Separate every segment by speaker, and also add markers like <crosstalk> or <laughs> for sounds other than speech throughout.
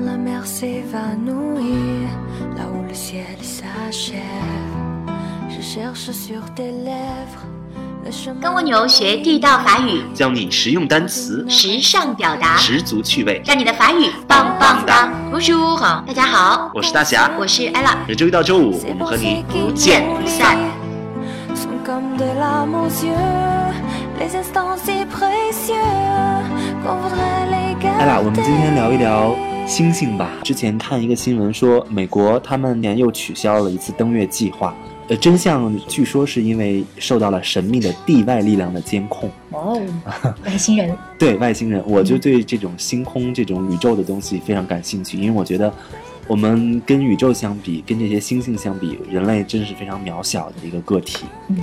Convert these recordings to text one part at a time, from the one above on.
Speaker 1: lumière s'évanouit là où le ciel s'achève. Je cherche sur tes lèvres le chemin.
Speaker 2: 跟蜗牛学地道法语，
Speaker 3: 教你实用单词，
Speaker 2: 时尚表达，
Speaker 3: 十足趣味。
Speaker 2: 让你的法语棒棒哒！我是乌恒，大家好，
Speaker 3: 我是大侠，
Speaker 2: 我是 ella。
Speaker 3: 每周一到周五，
Speaker 1: Ces
Speaker 3: 我们和
Speaker 1: pensées
Speaker 3: 你
Speaker 1: qui
Speaker 3: 不见不散。
Speaker 1: m'oublient Sont comme des larmes aux yeux, les instants si précieux qu'on voudrait les garder.
Speaker 4: 艾拉，哎我们今天聊一聊星星吧。之前看一个新闻说，美国他们年又取消了一次登月计划。呃，真相据说是因为受到了神秘的地外力量的监控，
Speaker 5: 哦，外星人，
Speaker 4: <laughs>
Speaker 5: 嗯
Speaker 4: 对外星人，我就对这种星空、这种宇宙的东西非常感兴趣，因为我觉得我们跟宇宙相比，跟这些星星相比，人类真是非常渺小的一个个体。
Speaker 5: 嗯，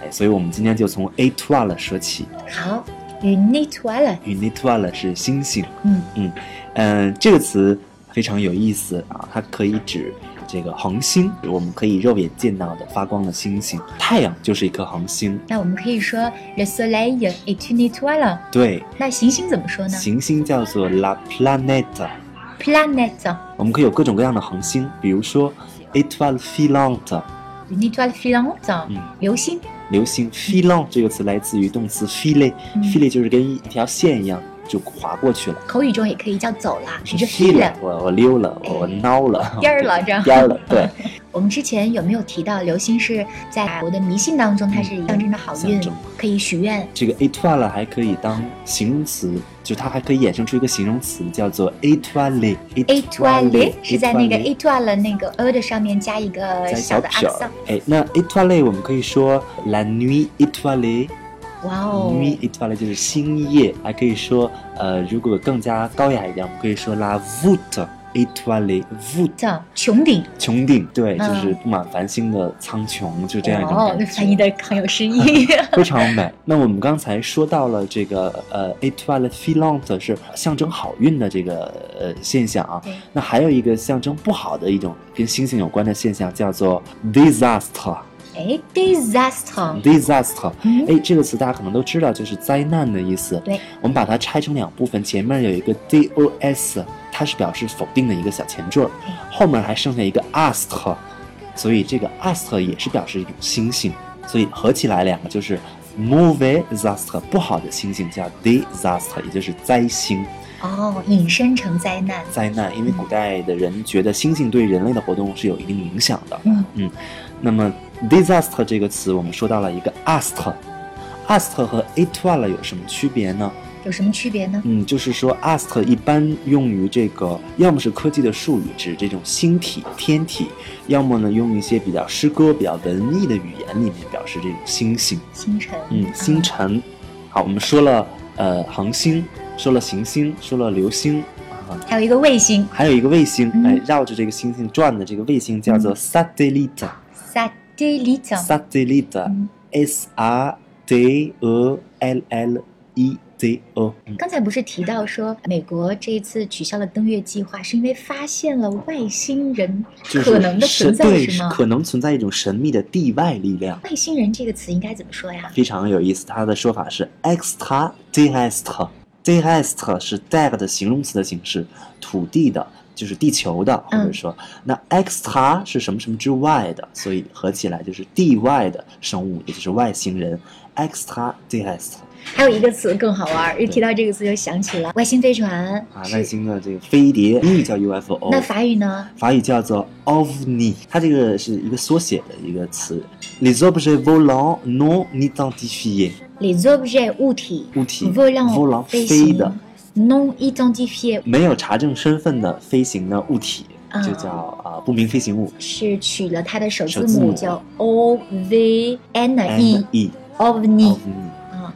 Speaker 4: 哎，所以我们今天就从 A t w a l 说起。
Speaker 5: 好，une étoile，
Speaker 4: u n i t w a l 是星星。
Speaker 5: 嗯
Speaker 4: 嗯，这个词非常有意思啊，它可以指这个恒星，我们可以肉眼见到的发光的星星。太阳就是一颗恒星，
Speaker 5: 那我们可以说 le soleil est une étoile。
Speaker 4: 对，
Speaker 5: 那行星怎么说呢
Speaker 4: 行星叫做 la planeta。
Speaker 5: ？planète。
Speaker 4: 我们可以有各种各样的恒星，比如说 étoile filante，
Speaker 5: une étoile filante，
Speaker 4: 嗯
Speaker 5: 流星。
Speaker 4: 流星 filant 这个词来自于动词 filet，filet、
Speaker 5: 嗯
Speaker 4: filet 就是跟一条线一样就划过去了。
Speaker 5: 口语中也可以叫走了，
Speaker 4: 是
Speaker 5: 你这
Speaker 4: file
Speaker 5: feel。
Speaker 4: 我我溜了，我我孬了，
Speaker 5: 颠儿了这样
Speaker 4: 颠儿了，对，
Speaker 5: 我们之前有没有提到流星是在我的迷信当中，它是象征着好运
Speaker 4: 象征，
Speaker 5: 可以许愿。
Speaker 4: 这个 étoile 还可以当形容词，就它还可以衍生出一个形容词，叫做 étoile。
Speaker 5: étoile 是在那个
Speaker 4: étoile
Speaker 5: étoile 那个 e 的上面加一个
Speaker 4: 加一
Speaker 5: 小
Speaker 4: 小
Speaker 5: 的
Speaker 4: 撇儿
Speaker 5: accent。。
Speaker 4: 哎，那 étoile 我们可以说 la nuit étoilée，nuit
Speaker 5: 哇哦，
Speaker 4: étoilée 就是星夜，还可以说呃，如果更加高雅一点，我们可以说 la voûte étoilée，voûte
Speaker 5: 叫穹顶。
Speaker 4: 穹顶，对，
Speaker 5: 嗯
Speaker 4: 就是布满繁星的苍穹，就这样一种
Speaker 5: 哦
Speaker 4: 感，
Speaker 5: 那
Speaker 4: 觉。
Speaker 5: 翻译的很有诗
Speaker 4: <laughs>
Speaker 5: 意。
Speaker 4: 非常美。那我们刚才说到了这个呃 étoile filante 是象征好运的这个呃现象啊
Speaker 5: 对。
Speaker 4: 那还有一个象征不好的一种跟星星有关的现象，叫做 disaster。
Speaker 5: 哎，disaster，
Speaker 4: disaster，
Speaker 5: 嗯
Speaker 4: 哎，这个词大家可能都知道，就是灾难的意思。
Speaker 5: 对，
Speaker 4: 我们把它拆成两部分，前面有一个 dos，它是表示否定的一个小前缀儿
Speaker 5: 哎，
Speaker 4: 后面还剩下一个 ast，所以这个 ast 也是表示一种星星，所以合起来两个就是 movie disaster，不好的星星叫 disaster，也就是灾星、
Speaker 5: 哦，引申成灾难。
Speaker 4: 灾难。因为古代的人觉得星星对人类的活动是有一定影响的，
Speaker 5: 嗯
Speaker 4: 那么 disaster 这个词，我们说到了一个 ast。ast 和 étoile 有什么区别呢？
Speaker 5: 有什么区别呢？
Speaker 4: 嗯，就是说 ast 一般用于这个，要么是科技的术语，指这种星体、天体；要么呢，用一些比较诗歌、比较文艺的语言里面表示这种星星。
Speaker 5: 星辰，
Speaker 4: 嗯，星辰。好，我们说了呃恒星，说了行星，说了流星啊，
Speaker 5: 还有一个卫星
Speaker 4: 还有一个卫星，
Speaker 5: 嗯
Speaker 4: 哎，绕着这个星星转的这个卫星叫做 satellite。
Speaker 5: satellite，嗯
Speaker 4: satellite，s a t e l l i t e，嗯
Speaker 5: 刚才不是提到说美国这一次取消了登月计划，是因为发现了外星人
Speaker 4: 就是
Speaker 5: 可能的存在，
Speaker 4: 神对
Speaker 5: 是吗？
Speaker 4: 可能存在一种神秘的地外力量，
Speaker 5: 外星人这个词应该怎么说呀？
Speaker 4: 非常有意思。它的说法是 extraterrestre。terrestre 是 terre 的形容词的形式，土地的，就是地球的，或
Speaker 5: 嗯
Speaker 4: 者说、那 extra 是什么什么之外的，所以合起来就是地外的生物，也就是外星人 extraterrestre
Speaker 5: 还有一个词更好玩儿，一提到这个词就想起了外星飞船，
Speaker 4: 啊，
Speaker 5: 是
Speaker 4: 外星的这个飞碟，英语叫 UFO。
Speaker 5: 那法语呢？
Speaker 4: 法语叫做 ovni，它这个是一个缩写的一个词，les objets volants non identifiés，
Speaker 5: les objets 物体
Speaker 4: 物体
Speaker 5: volant
Speaker 4: volant
Speaker 5: 飞
Speaker 4: 飞的
Speaker 5: 行，non identifié
Speaker 4: 没有查证身份的飞行的物体
Speaker 5: 啊，
Speaker 4: 就叫啊、不明飞行物
Speaker 5: 是取了它的首字
Speaker 4: 首字
Speaker 5: 母
Speaker 4: 母
Speaker 5: 叫 O V N
Speaker 4: ，n
Speaker 5: E
Speaker 4: e 嗯
Speaker 5: ovni
Speaker 4: ovni，an
Speaker 5: 啊。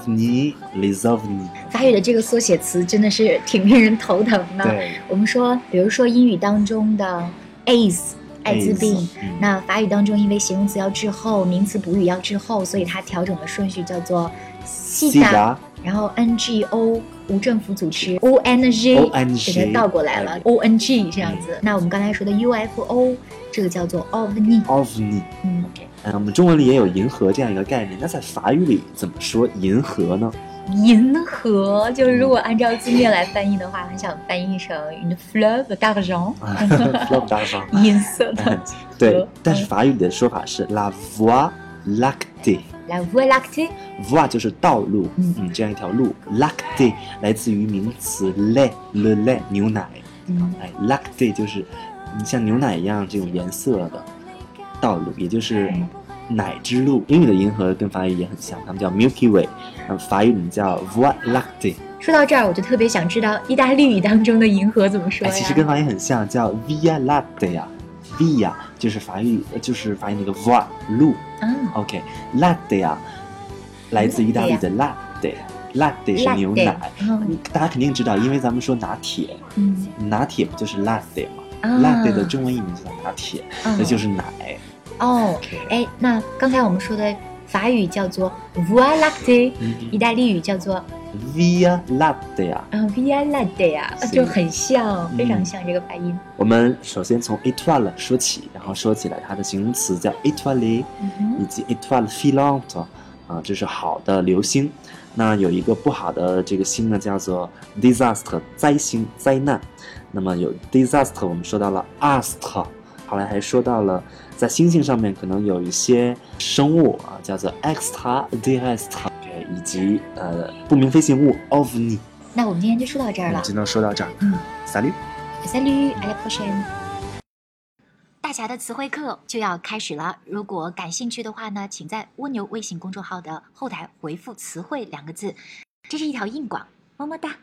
Speaker 4: ovni les ovni，
Speaker 5: 法语的这个缩写词真的是挺令人头疼的。
Speaker 4: 对，
Speaker 5: 我们说，比如说英语当中的 AIDS 艾滋病，
Speaker 4: 嗯
Speaker 5: 那法语当中因为形容词要滞后，名词补语要滞后，所以它调整了顺序叫做西
Speaker 4: 西
Speaker 5: 达，
Speaker 4: 达
Speaker 5: 然后 NGO 无政府组织 ONG
Speaker 4: ONG
Speaker 5: 给它倒过来
Speaker 4: 哎
Speaker 5: 了 ONG 这样
Speaker 4: 嗯
Speaker 5: 子。那我们刚才说的 UFO 这个叫做 OVNI，
Speaker 4: ovni，
Speaker 5: 嗯， <laughs>
Speaker 4: 嗯，我们中文里也有银河这样一个概念，那在法语里怎么说银河呢？
Speaker 5: 银河，就是如果按照字面来翻译的话，很想翻译成 une fleuve d'argent，
Speaker 4: ，love 大方。。
Speaker 5: 银色的河
Speaker 4: 对，但是法语的说法是 la voie lactée，voie
Speaker 5: la voie lactée，
Speaker 4: 就是道路，
Speaker 5: 嗯
Speaker 4: 嗯，这样一条路，lactée 来自于名词 lait le lait 牛奶，
Speaker 5: 嗯，
Speaker 4: 哎，lactée 就是嗯像牛奶一样这种颜色的道路，也就是
Speaker 5: 嗯
Speaker 4: 奶之路。英语的银河跟法语也很像，它们叫 Milky Way，然后法语名叫 voie lactée，
Speaker 5: 说到这儿，我就特别想知道意大利语当中的银河怎么说
Speaker 4: 哎，
Speaker 5: 呀？
Speaker 4: 其实跟法语很像，叫 via lactea。via 就是法语，呃就是法语那个 voie 路。
Speaker 5: 啊，
Speaker 4: OK，latte 啊，来自意大利的 latte，latte 是牛奶。
Speaker 5: 嗯
Speaker 4: 大家肯定知道，因为咱们说拿铁，
Speaker 5: 嗯，
Speaker 4: 拿铁不就是 latte 吗、
Speaker 5: 啊
Speaker 4: l a t t e 的中文译名就叫拿铁，
Speaker 5: 嗯
Speaker 4: 那、就是奶。
Speaker 5: 哦，哎，那刚才我们说的法语叫做 voie lactée，意大利语叫做
Speaker 4: 嗯 Via latte 啊，
Speaker 5: 啊 via latte 啊，
Speaker 4: 是
Speaker 5: 就很像，
Speaker 4: 嗯
Speaker 5: 非常像这个发音。
Speaker 4: 我们首先从 étoile 说起，然后说起来它的形容词叫 étoilé，
Speaker 5: 嗯哼
Speaker 4: 以及 étoile filante 啊，这是好的流星。那有一个不好的这个星呢，叫做 disaster 灾星灾难。那么有 disaster，我们说到了 ast，后来还说到了在星星上面可能有一些生物啊，叫做 extraterrestre，对以及呃不明飞行物 ovni。
Speaker 5: 那我们今天就说到这
Speaker 4: 我
Speaker 5: 儿
Speaker 4: 们
Speaker 5: 了。
Speaker 4: 今天说到这儿
Speaker 5: 嗯
Speaker 4: ，salut。嗯
Speaker 5: Salut, à la prochaine.
Speaker 2: 大侠的词汇课就要开始了。如果感兴趣的话呢，请在蜗牛微信公众号的后台回复“词汇”两个字，这是一条硬广，么么哒。